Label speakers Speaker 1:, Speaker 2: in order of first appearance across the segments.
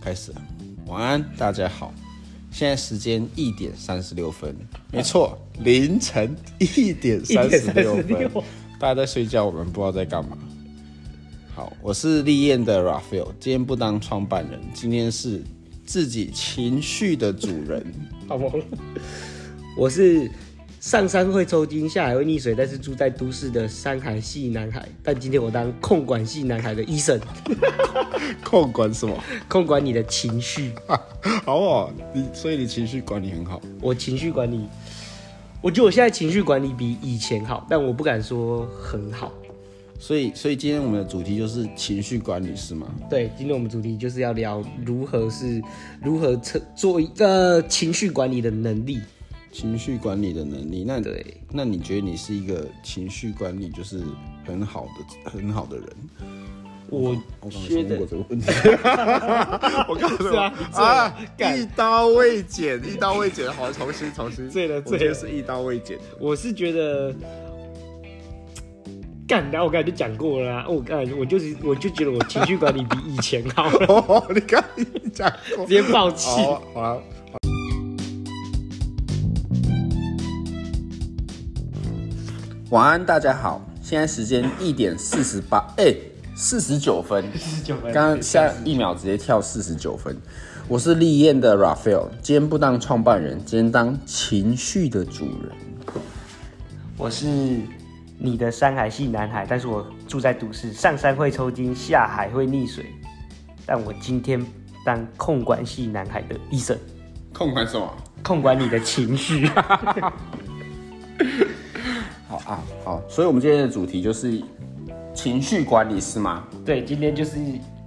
Speaker 1: 开始了。晚安，大家好。现在时间一点三十六分，没错，凌晨一啊点三十六分
Speaker 2: 1:36，
Speaker 1: 大家在睡觉，我们不知道在干嘛。好，我是立燕的 Raphael，今天不当创办人，今天是自己情绪的主人。
Speaker 2: 好萌。 我是上山会抽筋，下海会溺水，但是住在都市的山海系男孩。但今天我当控管系男孩的医生，
Speaker 1: 控管什么？
Speaker 2: 控管你的情绪。
Speaker 1: 好哦，你所以你情绪管理很好。
Speaker 2: 我情绪管理，我觉得我现在情绪管理比以前好，但我不敢说很好。
Speaker 1: 所以，所以今天我们的主题就是情绪管理，是吗？
Speaker 2: 对，今天我们主题就是要聊如何是如何测做一个情绪管理的能力。
Speaker 1: 情绪管理的能力。那
Speaker 2: 对，
Speaker 1: 那你觉得你是一个情绪管理就是很好的很好的人？
Speaker 2: 我
Speaker 1: 我刚才
Speaker 2: 觉
Speaker 1: 问
Speaker 2: 得
Speaker 1: 过这个问题， 我告诉
Speaker 2: 是啊你醉了干
Speaker 1: 一刀未剪，一刀未剪，好，重新重新，
Speaker 2: 醉了
Speaker 1: 我觉
Speaker 2: 醉
Speaker 1: 得
Speaker 2: 了
Speaker 1: 是一刀未剪的。
Speaker 2: 我是觉得，干，然后我刚才就讲过了、啊，我刚才我就是我就觉得我情绪管理比以前好 了，
Speaker 1: 哦，你刚刚讲过，
Speaker 2: 直接爆气。
Speaker 1: 好，好了。晚安，大家好，现在时间一点四十八，哎，四十九分，
Speaker 2: 49
Speaker 1: 刚
Speaker 2: 分
Speaker 1: 刚下一秒直接跳四十九分。我是立燕的 Raphael，今天不当创办人，今天当情绪的主人。
Speaker 2: 我是你的山海系男孩，但是我住在都市，上山会抽筋，下海会溺水，但我今天当控管系男孩的医生，
Speaker 1: 控管什么？
Speaker 2: 控管你的情绪。
Speaker 1: 好啊，好，所以我们今天的主题就是情绪管理，是吗？
Speaker 2: 对，今天就是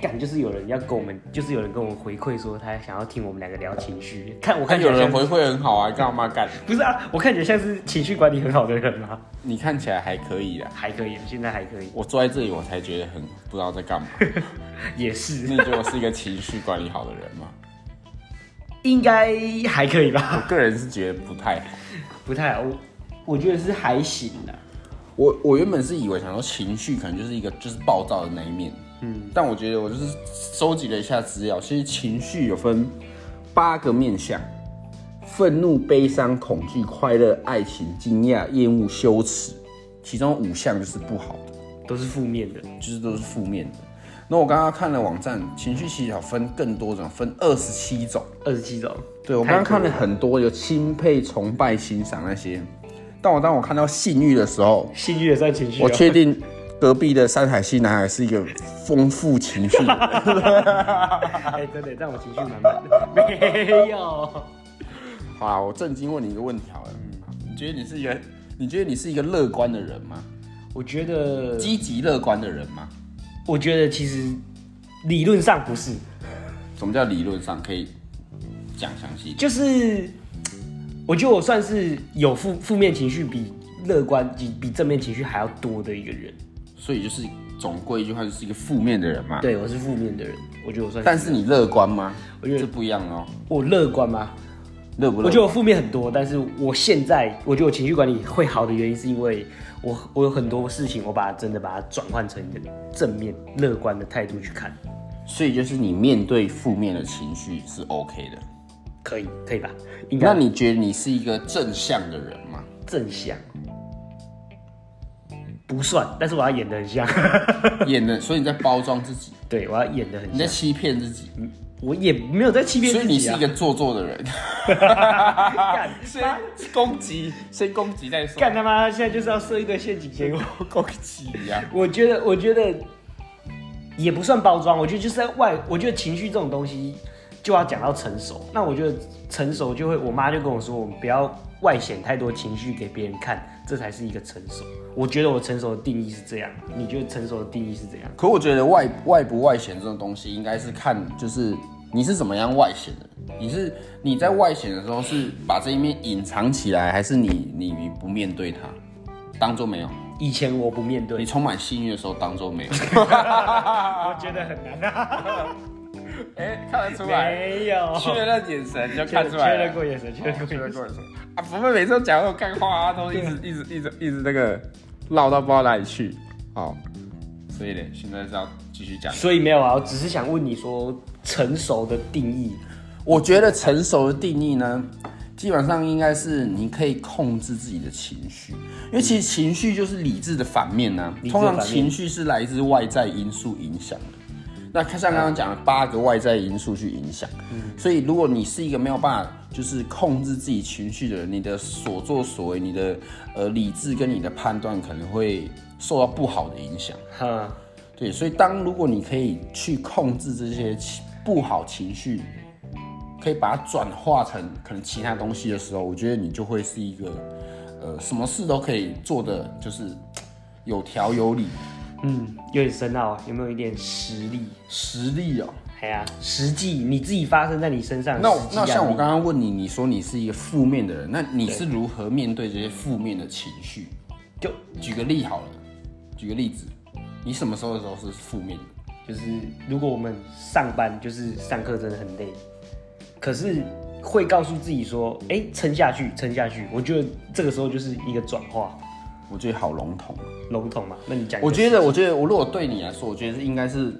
Speaker 2: 感，就是有人要跟我们，就是有人跟我们回馈说他想要听我们两个聊情绪。看我
Speaker 1: 哎
Speaker 2: 看起来像
Speaker 1: 馈很好啊，干嘛干？
Speaker 2: 不是啊，我看起来像是情绪管理很好的人吗？
Speaker 1: 你看起来还可以啦。
Speaker 2: 还可以，现在还可以，
Speaker 1: 我坐在这里，我才觉得很不知道在干嘛。
Speaker 2: 也
Speaker 1: 你
Speaker 2: 是
Speaker 1: 觉得我是一个情绪管理好的人吗？
Speaker 2: 应该还可以吧？
Speaker 1: 我个人是觉得不太好。
Speaker 2: 不太好，我我觉得是还行啊的、
Speaker 1: 我我原本是以为想说情绪可能就是一个就是暴躁的那一面，嗯，但我觉得我就是收集了一下资料，其实情绪有分八个面向：愤怒、悲伤、恐惧、快乐、爱情、惊讶、厌恶、羞耻，其中五项就是不好的。
Speaker 2: 都是负面的。
Speaker 1: 就是都是负面的。那我刚刚看了网站，情绪其实有分更多种，分二十七种。
Speaker 2: 二十七种，
Speaker 1: 对我刚刚看了很多，有钦佩、崇拜、欣赏那些。但我当我看到性欲的时候，
Speaker 2: 戏剧也算情绪、
Speaker 1: 我
Speaker 2: 哦。
Speaker 1: 确定隔壁的山海西男孩是一个丰富情绪的人。
Speaker 2: 哎、真的让我情绪满满的。没有，
Speaker 1: 好啦，我正经问你一个问题好了，你觉得你是一个，你觉得你是一个乐观的人吗？
Speaker 2: 我觉得，
Speaker 1: 积极乐观的人吗？
Speaker 2: 我觉得其实理论上不是，
Speaker 1: 什么叫理论上可以讲详细一点？
Speaker 2: 就是我觉得我算是有负负面情绪比乐观比比正面情绪还要多的一个人。
Speaker 1: 所以就是总归一句话，就是一个负面的人嘛。
Speaker 2: 对，我是负面的人，我觉得我算是。
Speaker 1: 但是你乐观吗？
Speaker 2: 我觉得
Speaker 1: 这不一样哦，
Speaker 2: 我乐观吗？
Speaker 1: 乐不乐？
Speaker 2: 我觉得我负面很多，但是我现在我觉得我情绪管理会好的原因，是因为我我有很多事情，我把它真的把它转换成一个正面、乐观的态度去看，
Speaker 1: 所以就是你面对负面的情绪是 OK 的。
Speaker 2: 可以可以吧？应
Speaker 1: 那
Speaker 2: 该
Speaker 1: 你觉得你是一个正向的人吗？
Speaker 2: 正向不算，但是我要演的很像，
Speaker 1: 演的，所以你在包装自己，
Speaker 2: 对我要演的很
Speaker 1: 你在
Speaker 2: 像，
Speaker 1: 欺骗自己，
Speaker 2: 我也没有在欺骗
Speaker 1: 所以
Speaker 2: 自
Speaker 1: 你
Speaker 2: 己
Speaker 1: 是
Speaker 2: 啊
Speaker 1: 一。个做作的人。
Speaker 2: 干妈
Speaker 1: 先攻击，先攻击再说。
Speaker 2: 干他妈！现在就是要设一堆陷阱给我。啊
Speaker 1: 攻击呀、
Speaker 2: 我觉得，我觉得也不算包装，我觉得就是在外，我觉得情绪这种东西就要讲到成熟。那我觉得成熟就会，我妈就跟我说，我们不要外显太多情绪给别人看，这才是一个成熟。我觉得我成熟的定义是这样，你觉得成熟的定义是怎样？
Speaker 1: 可我觉得外外不外显这种东西，应该是看就是你是怎么样外显的。你是你在外显的时候是把这一面隐藏起来，还是你你你不面对它，当做没有？
Speaker 2: 以前我不面
Speaker 1: 你
Speaker 2: 对，
Speaker 1: 充满幸运的时候当做 没有？
Speaker 2: 我觉得很难 啊，
Speaker 1: 哎、看得出来，
Speaker 2: 没有，
Speaker 1: 确认眼神就
Speaker 2: 确
Speaker 1: 看
Speaker 2: 认
Speaker 1: 出
Speaker 2: 确
Speaker 1: 来
Speaker 2: 认
Speaker 1: 了。
Speaker 2: 过眼神，确哦认过
Speaker 1: 确
Speaker 2: 眼
Speaker 1: 认
Speaker 2: 神。
Speaker 1: 过眼神啊！不会每次都讲那种干话、啊，都一直一直一直一直那个绕到不知道哪里去。哦好，所以呢，现在是要继续讲。
Speaker 2: 所以没有啊，我只是想问你说，成熟的定义？
Speaker 1: 我觉得成熟的定义呢，基本上应该是你可以控制自己的情绪，因为其实情绪就是理智的反面呢、
Speaker 2: 理智的
Speaker 1: 通
Speaker 2: 反面
Speaker 1: 常情绪是来自外在因素影响的。那像刚刚讲的八个外在因素去影响，
Speaker 2: 嗯
Speaker 1: 所以如果你是一个没有办法就是控制自己情绪的人，你的所作所为、你的呃理智跟你的判断可能会受到不好的影响。
Speaker 2: 哈，
Speaker 1: 对，所以当如果你可以去控制这些情不好情绪，可以把它转化成可能其他东西的时候，我觉得你就会是一个呃什么事都可以做的，就是嘖有条有理，
Speaker 2: 嗯，有点深奥，有没有一点实力？
Speaker 1: 实力哦。
Speaker 2: 哎呀，实际你自己发生在你身上的
Speaker 1: 那我
Speaker 2: 实际
Speaker 1: 那像
Speaker 2: 案
Speaker 1: 我
Speaker 2: 例
Speaker 1: 刚刚问你，你说你是一个负面的人，那你是如何面对这些负面的情绪？
Speaker 2: 就
Speaker 1: 举个例好了，举个例子，你什么时候的时候是负面的？
Speaker 2: 就是，如果我们上班就是上课真的很累，可是会告诉自己说，哎、撑下去，撑下去。我觉得这个时候就是一个转化，
Speaker 1: 我觉得好笼统哦。
Speaker 2: 笼统嘛。那你讲一个，
Speaker 1: 我觉得，我觉得，我如果对你来说，我觉得是应该是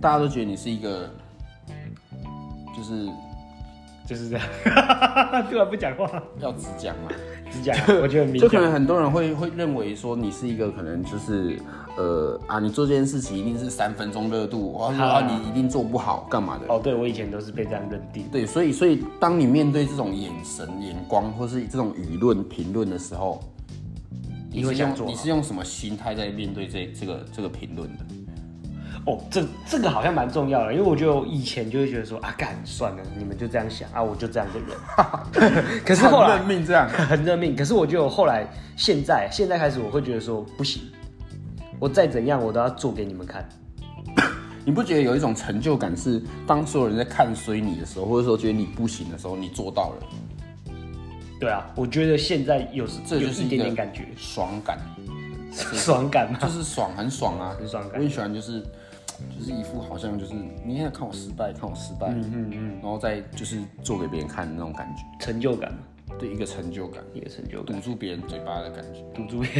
Speaker 1: 大家都觉得你是一个，就是
Speaker 2: 就是这样， 突然不讲话，
Speaker 1: 要直讲嘛，
Speaker 2: 只讲啊、我 觉得很
Speaker 1: 就
Speaker 2: 明
Speaker 1: 可能
Speaker 2: 讲，
Speaker 1: 很多人会会认为说你是一个可能就是呃啊，你做这件事情一定是三分钟热度，或者说
Speaker 2: 啊
Speaker 1: 啊你一定做不好干嘛的。
Speaker 2: 哦，对我以前都是被这样认定，
Speaker 1: 对，所以所以当你面对这种眼神、眼光或是这种舆论评论的时候，
Speaker 2: 你
Speaker 1: 是
Speaker 2: 会想
Speaker 1: 用
Speaker 2: 做
Speaker 1: 你是用什么心态在面对这这个这个评论的？
Speaker 2: 哦，这这个好像蛮重要的，因为我觉得我以前就会觉得说啊，干算了，你们就这样想啊，我就这样的人。 可是后
Speaker 1: 很
Speaker 2: 来
Speaker 1: 认命这样，
Speaker 2: 很认命。可是我觉得我后来现在现在开始，我会觉得说不行，我再怎样我都要做给你们看。
Speaker 1: 你不觉得有一种成就感是，当所有人在看衰你的时候，或者说觉得你不行的时候，你做到了，
Speaker 2: 对啊，我觉得现在有时
Speaker 1: 这
Speaker 2: 有
Speaker 1: 就是
Speaker 2: 一
Speaker 1: 个
Speaker 2: 点点感觉
Speaker 1: 爽感，
Speaker 2: 爽感嘛
Speaker 1: 就。是爽，很爽啊，
Speaker 2: 很爽感
Speaker 1: 我很喜欢，就是就是一副好像就是你现在看我失败，看我失败，嗯嗯嗯，然后再就是做给别人看的那种感觉，
Speaker 2: 成就感嘛，
Speaker 1: 对一个成就感，
Speaker 2: 一个成就感，
Speaker 1: 堵住别人嘴巴的感觉，
Speaker 2: 赌注也，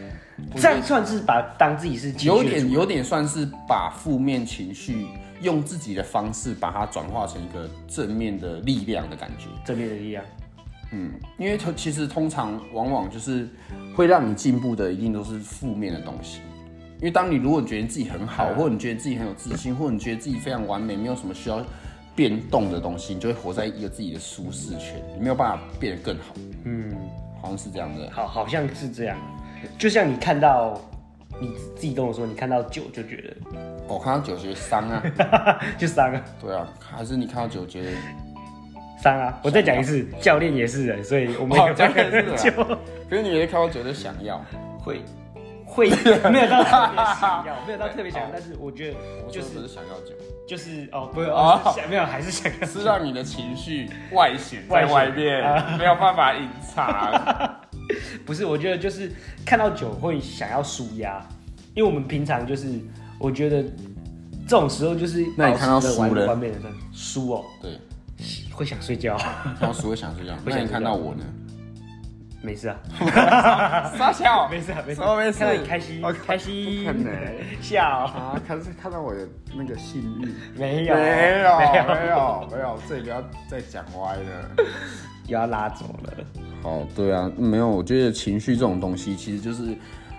Speaker 2: 这样算是把当自己是情绪的
Speaker 1: 有
Speaker 2: 主
Speaker 1: 点有点算是把负面情绪用自己的方式把它转化成一个正面的力量的感觉。
Speaker 2: 正面的力量，
Speaker 1: 因为其实通常往往就是会让你进步的，一定都是负面的东西。因为当你如果觉得自己很
Speaker 2: 啊
Speaker 1: 好，或者你觉得自己很有自信，或者你觉得自己非常完美，没有什么需要变动的东西，你就会活在一个自己的舒适圈，你没有办法变得更好。嗯，好像是这样的。
Speaker 2: 好，好像是这样。就像你看到你自己跟我说，你看到酒就觉得
Speaker 1: 我哦看到九觉得伤啊，
Speaker 2: 就伤啊
Speaker 1: 对啊，还是你看到九觉得
Speaker 2: 伤啊！我再讲一次，教练也是人，所以我们
Speaker 1: 哦
Speaker 2: 也
Speaker 1: 教练是人啊
Speaker 2: 就
Speaker 1: 可是你也看到九就想要，
Speaker 2: 会 会没有到特别想要，没有到特别
Speaker 1: 哦
Speaker 2: 想要，但是我觉得
Speaker 1: 我
Speaker 2: 就
Speaker 1: 说
Speaker 2: 是
Speaker 1: 不是想要 九，
Speaker 2: 就是哦，不是哦
Speaker 1: 哦，
Speaker 2: 是想没有还是想要
Speaker 1: 是让你的情绪外显
Speaker 2: 外
Speaker 1: 在
Speaker 2: 显
Speaker 1: 外面， 没有办法隐藏。
Speaker 2: 不是，我觉得就是看到酒会想要舒压，因为我们平常就是我觉得这种时候就是
Speaker 1: 那你看到
Speaker 2: 保持着
Speaker 1: 输
Speaker 2: 完
Speaker 1: 了
Speaker 2: 完美的状态输哦，
Speaker 1: 对。
Speaker 2: 会想睡觉，
Speaker 1: 然后鼠会想睡觉，
Speaker 2: 会
Speaker 1: 那
Speaker 2: 想
Speaker 1: 你看到我呢？
Speaker 2: 没事啊，
Speaker 1: 傻笑
Speaker 2: 没事啊，没
Speaker 1: 什
Speaker 2: 事
Speaker 1: 么
Speaker 2: 啊，
Speaker 1: 哦没事
Speaker 2: 看到你开心
Speaker 1: OK，
Speaker 2: 开心
Speaker 1: 不可能
Speaker 2: 笑，
Speaker 1: 啊，看是看到我的那个性欲。
Speaker 2: 没
Speaker 1: 没有
Speaker 2: 有
Speaker 1: 没 有没
Speaker 2: 有
Speaker 1: 有没有，这里不要再讲歪了。
Speaker 2: 又要拉走了，
Speaker 1: 好，对啊，没有，我觉得情绪这种东西其实就是，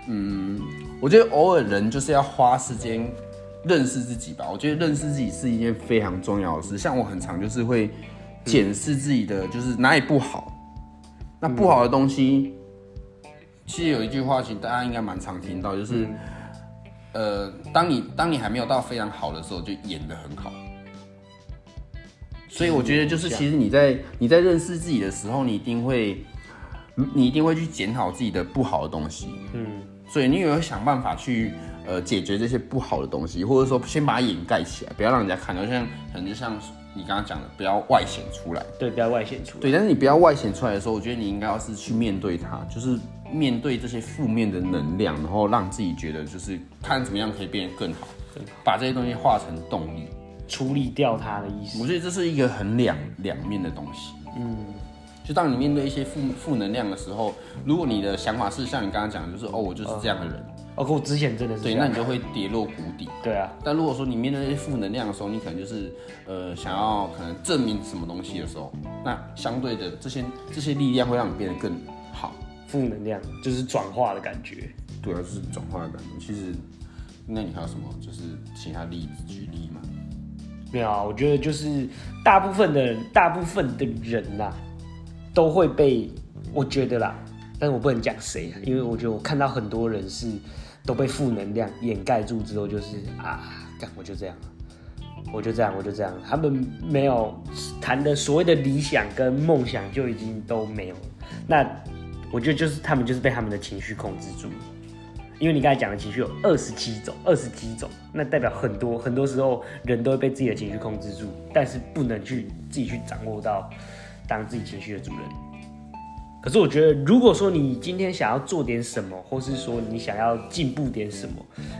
Speaker 1: 嗯，我觉得偶尔人就是要花时间认识自己吧。我觉得认识自己是一件非常重要的事。像我很常就是会检视自己的，就是哪里不好，那不好的东西，其实有一句话，其实大家应该蛮常听到，就是。呃，当你当你还没有到非常好的时候，就演得很好。所以我觉得就是，其实你在你在认识自己的时候，你一定会，你一定会去检讨自己的不好的东西。嗯，所以你也会想办法去呃解决这些不好的东西，或者说先把它掩盖起来，不要让人家看到。就像可能就像你刚刚讲的，不要外显出来。
Speaker 2: 对，不要外显出来，
Speaker 1: 对，但是你不要外显出来的时候，我觉得你应该要是去面对它，就是面对这些负面的能量，然后让自己觉得就是看怎么样可以变得更好，把这些东西化成动力。
Speaker 2: 处理掉它的意思。
Speaker 1: 我觉得这是一个很两两面的东西。嗯，就当你面对一些负负能量的时候，如果你的想法是像你刚刚讲的，就是哦，我就是这样的人，
Speaker 2: 哦，可我之前真的是啊
Speaker 1: 对，
Speaker 2: 这
Speaker 1: 那
Speaker 2: 样
Speaker 1: 你就会跌落谷底。
Speaker 2: 对啊，
Speaker 1: 但如果说你面对那些负能量的时候，你可能就是呃想要可能证明什么东西的时候，那相对的这些这些力量会让你变得更好。
Speaker 2: 负能量就是转化的感觉。
Speaker 1: 对啊，就是转化的感觉。其实，那你还有什么就是其他例子举例吗？
Speaker 2: 没有啊，我觉得就是大部分的人，大部分的人呐、都会被，我觉得啦，但是我不能讲谁啊，因为我觉得我看到很多人是都被负能量掩盖住之后，就是啊，干我就这样啊，我就这样，我就这样，啊他们没有谈的所谓的理想跟梦想就已经都没有了。那我觉得就是他们就是被他们的情绪控制住了。因为你刚才讲的情绪有二十七种，二十七种，那代表很多很多时候人都会被自己的情绪控制住，但是不能去自己去掌握到当自己情绪的主人。可是我觉得，如果说你今天想要做点什么，或是说你想要进步点什么，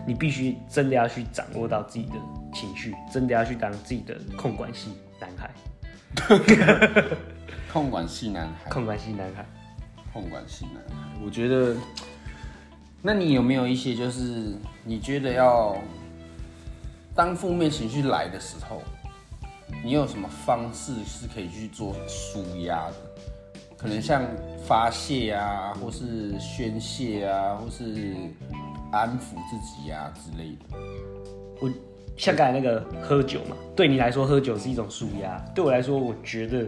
Speaker 2: 你必须真的要去掌握到自己的情绪，真的要去当自己的控管系男孩，
Speaker 1: 控管系男孩，
Speaker 2: 控管系男孩。
Speaker 1: 控管系男孩，我觉得，那你有没有一些就是你觉得要当负面情绪来的时候，你有什么方式是可以去做舒压的？可能像发泄啊，或是宣泄啊，或是安抚自己啊之类的。
Speaker 2: 我像刚才那个喝酒嘛，对你来说喝酒是一种舒压，对我来说，我觉得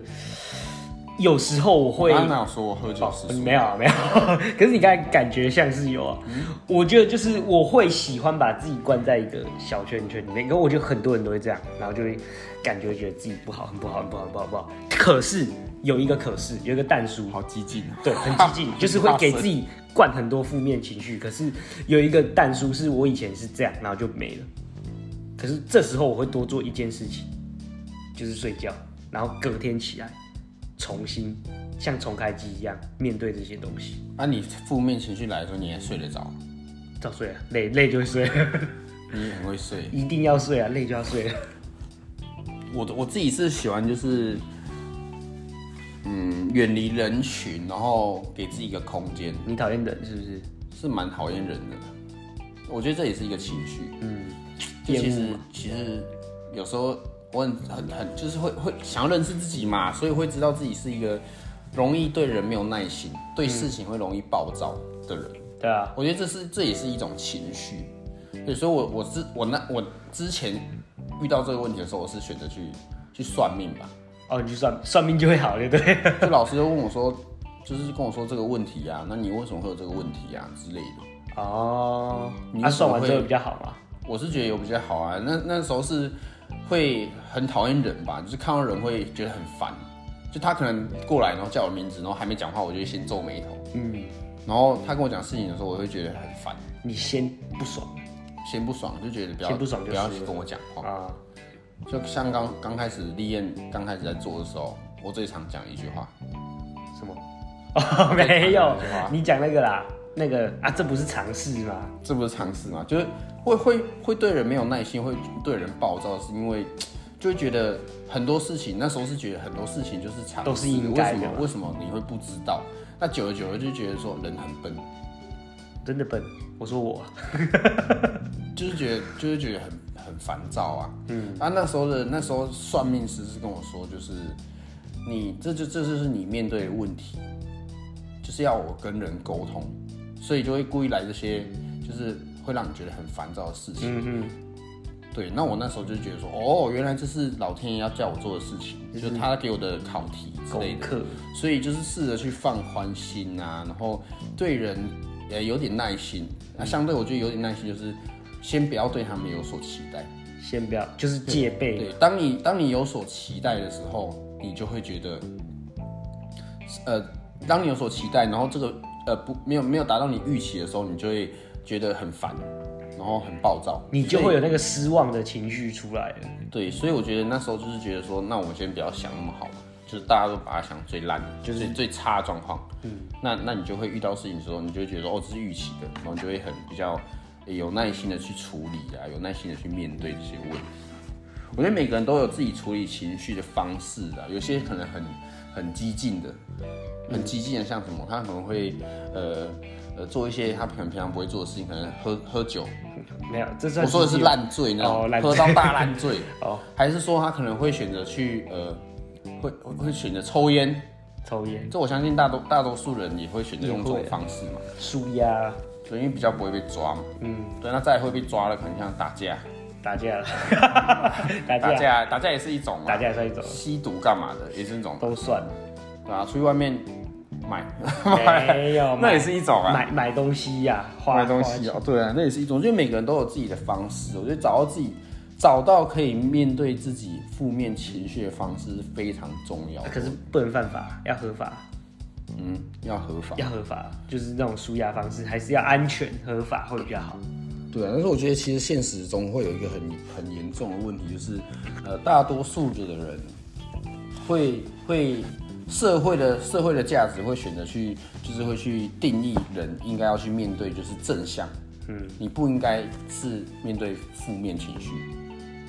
Speaker 2: 有时候我会
Speaker 1: 刚刚哪有说我喝酒是
Speaker 2: 没有啊没有， 可是你刚才感觉像是有啊。我觉得就是我会喜欢把自己关在一个小圈圈里面，因为我觉得很多人都会这样，然后就会感觉觉得自己不好，很不好，很不好，很不好，很不好。可是有一个可是，有一个但书，
Speaker 1: 好激进啊！
Speaker 2: 对，很激进，就是会给自己灌很多负面情绪。可是有一个淡叔是我以前是这样，然后就没了。可是这时候我会多做一件事情，就是睡觉，然后隔天起来重新像重开机一样面对这些东西。
Speaker 1: 啊，你负面情绪来的时候，你还睡得着？
Speaker 2: 早睡啊，累累就会睡，
Speaker 1: 你也很会睡。
Speaker 2: 一定要睡啊，累就 要睡。
Speaker 1: 我我自己是喜欢就是，嗯，远离人群，然后给自己一个空间，
Speaker 2: 你讨厌人是不是？
Speaker 1: 是蛮讨厌人的。我觉得这也是一个情绪，嗯，就
Speaker 2: 厌恶
Speaker 1: 其实其实有时候我很很很就是会会想要认识自己嘛，所以会知道自己是一个容易对人没有耐心，对
Speaker 2: 嗯
Speaker 1: 事情会容易暴躁的人。
Speaker 2: 对啊，
Speaker 1: 我觉得这是这也是一种情绪，对，所以我我之我那我之前遇到这个问题的时候，我是选择去去算命吧。
Speaker 2: 哦，你去算算命就会好，对不对？
Speaker 1: 就老师就问我说，就是跟我说这个问题啊，那你为什么会有这个问题啊之类的。
Speaker 2: 哦，
Speaker 1: 你
Speaker 2: 那、
Speaker 1: 为什么
Speaker 2: 算完之后
Speaker 1: 会
Speaker 2: 比较好嘛？
Speaker 1: 我是觉得有比较好啊，那那时候是会很讨厌人吧，就是看到人会觉得很烦，就他可能过来然后叫我名字，然后还没讲话，我就会先皱眉头，
Speaker 2: 嗯，
Speaker 1: 然后他跟我讲事情的时候，我会觉得很烦，
Speaker 2: 你先不爽
Speaker 1: 先不爽就觉得不要
Speaker 2: 先不爽就
Speaker 1: 不要
Speaker 2: 是了
Speaker 1: 跟我讲话，
Speaker 2: 啊，
Speaker 1: 就像刚刚开始丽燕刚开始在做的时候，我最常讲一句话，
Speaker 2: 什么？ 哦，没有
Speaker 1: 这个，
Speaker 2: 你讲那个啦，那个啊，这不是尝试吗？
Speaker 1: 这不是常识吗？就是会会会对人没有耐心，会对人暴躁，是因为就会觉得很多事情，那时候是觉得很多事情就是常识
Speaker 2: 都是应该的
Speaker 1: 为什
Speaker 2: 嘛
Speaker 1: 么为什么你会不知道？那久而久之就觉得说人很笨，
Speaker 2: 真的笨，我说我啊
Speaker 1: 就是觉得就是觉得很很烦躁啊。嗯，啊那时候的那时候算命师是跟我说，就是你这就这就是你面对的问题，就是要我跟人沟通，所以就会故意来这些就是会让你觉得很烦躁的事情。
Speaker 2: 嗯
Speaker 1: 对，那我那时候就觉得说，哦，原来这是老天爷要叫我做的事情，就是他给我的考题
Speaker 2: 嗯，
Speaker 1: 之类
Speaker 2: 功
Speaker 1: 的。
Speaker 2: 课
Speaker 1: 所以就是试着去放宽心啊，然后对人也有点耐心。那、相对我觉得有点耐心，就是先不要对他们有所期待。
Speaker 2: 先不要，就是戒备，
Speaker 1: 对，当你当你有所期待的时候，你就会觉得，呃，当你有所期待，然后这个呃不没有没有达到你预期的时候，你就会觉得很烦，然后很暴躁，
Speaker 2: 你就
Speaker 1: 所以
Speaker 2: 会有那个失望的情绪出来了。
Speaker 1: 对，所以我觉得那时候就是觉得说，那我们先不要想那么好了，就是大家都把它想最烂，就是最差的状况。嗯，那那你就会遇到事情的时候，你就会觉得说哦，这是预期的，然后你就会很比较有耐心的去处理啊，有耐心的去面对这些问题。我觉得每个人都有自己处理情绪的方式啊，有些可能嗯很很激进的，很激进的，像什么，他可能会呃呃，做一些他平平常不会做的事情，可能喝喝酒。
Speaker 2: 没有，这算
Speaker 1: 我说的是
Speaker 2: 啤酒
Speaker 1: 烂醉那
Speaker 2: 哦
Speaker 1: 种，
Speaker 2: 烂醉
Speaker 1: 喝到大烂醉，
Speaker 2: 哦，
Speaker 1: 还是说他可能会选择去呃，会会会选择抽烟？
Speaker 2: 抽烟、
Speaker 1: 这我相信大多大多数人也会选择用这
Speaker 2: 也
Speaker 1: 种
Speaker 2: 会
Speaker 1: 方式嘛，
Speaker 2: 输压，
Speaker 1: 对，因为比较不会被抓嘛。
Speaker 2: 嗯，
Speaker 1: 对，那再来会被抓了，可能像打架，
Speaker 2: 打架了，
Speaker 1: 打
Speaker 2: 打架，
Speaker 1: 架打架也是一种
Speaker 2: 打
Speaker 1: 嘛，
Speaker 2: 架也算一种，
Speaker 1: 吸毒干嘛的也是一种，
Speaker 2: 都算。
Speaker 1: 对啊，出去外面买，
Speaker 2: 没 有
Speaker 1: 那也是一种啊，
Speaker 2: 买买东西呀、花
Speaker 1: 卖东西
Speaker 2: 花
Speaker 1: 哦，对啊，那也是一种，就每个人都有自己的方式。我觉得找到自己，找到可以面对自己负面情绪的方式是非常重要的。
Speaker 2: 可是不能犯法，要合法，
Speaker 1: 嗯，要合法。
Speaker 2: 要合法，就是那种舒压方式，还是要安全合法会比较好。
Speaker 1: 对啊，但是我觉得其实现实中会有一个很很严重的问题，就是呃，大多数的人会会社会的社会的价值会选择去，就是会去定义人应该要去面对就是正向，嗯，你不应该是面对负面情绪。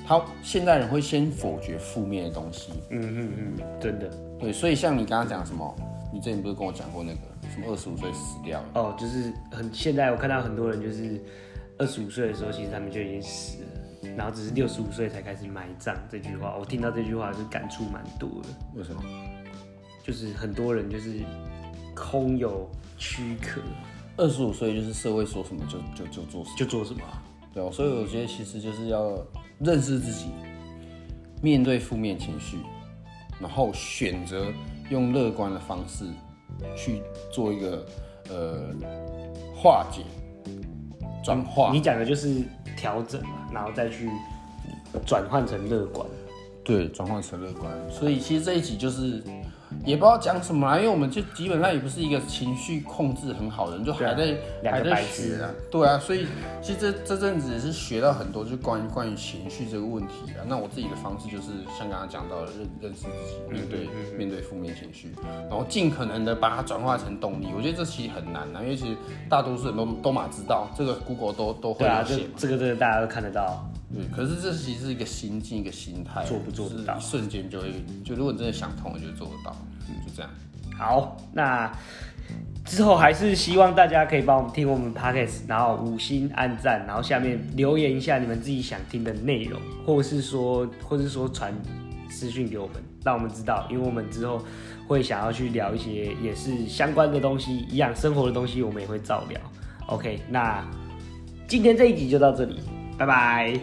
Speaker 1: 他现代人会先否决负面的东西，
Speaker 2: 嗯嗯嗯，真的
Speaker 1: 对，所以像你刚刚讲什么，你之前不是跟我讲过那个什么二十五岁死掉了，
Speaker 2: 哦，就是很现在我看到很多人就是二十五岁的时候，其实他们就已经死了，然后只是六十五岁才开始埋葬。这句话我听到这句话就感触蛮多的，
Speaker 1: 为什么？
Speaker 2: 就是很多人就是空有躯壳
Speaker 1: 二十五岁就是社会说什么就就就做什么。
Speaker 2: 就做什么啊、
Speaker 1: 对、哦，所以我觉得其实就是要认识自己，面对负面情绪，然后选择用乐观的方式去做一个呃化解、转化。
Speaker 2: 你讲的就是调整嘛，然后再去转换成乐观。
Speaker 1: 对，转换成乐观。所以其实这一集就是也不知道讲什么啦，因为我们就基本上也不是一个情绪控制很好的人，就还在、
Speaker 2: 啊两个
Speaker 1: 还在
Speaker 2: 白
Speaker 1: 学
Speaker 2: 痴
Speaker 1: 啊。对啊，所以其实这这阵子也是学到很多，就关于关于情绪这个问题啊。那我自己的方式就是像刚刚讲到的，认认识自己，面
Speaker 2: 嗯
Speaker 1: 对、面对负面情绪，然后尽可能的把它转化成动力。我觉得这其实很难啊，因为其实大多数人都都马知道这个 Google 都都会
Speaker 2: 对啊，
Speaker 1: 有
Speaker 2: 这
Speaker 1: 写嘛。
Speaker 2: 这个这个大家都看得到，
Speaker 1: 对，可是这其实是一个心境，一个心态，啊
Speaker 2: 做不做得到嗯
Speaker 1: 就是一瞬间就会，就如果你真的想通了，就做得到，就这样。
Speaker 2: 好，那之后还是希望大家可以帮我们听我们 podcast，然后五星按赞，然后下面留言一下你们自己想听的内容，或是说，或是说传私讯给我们，让我们知道，因为我们之后会想要去聊一些也是相关的东西，一样生活的东西，我们也会照聊。OK，那今天这一集就到这里，拜拜。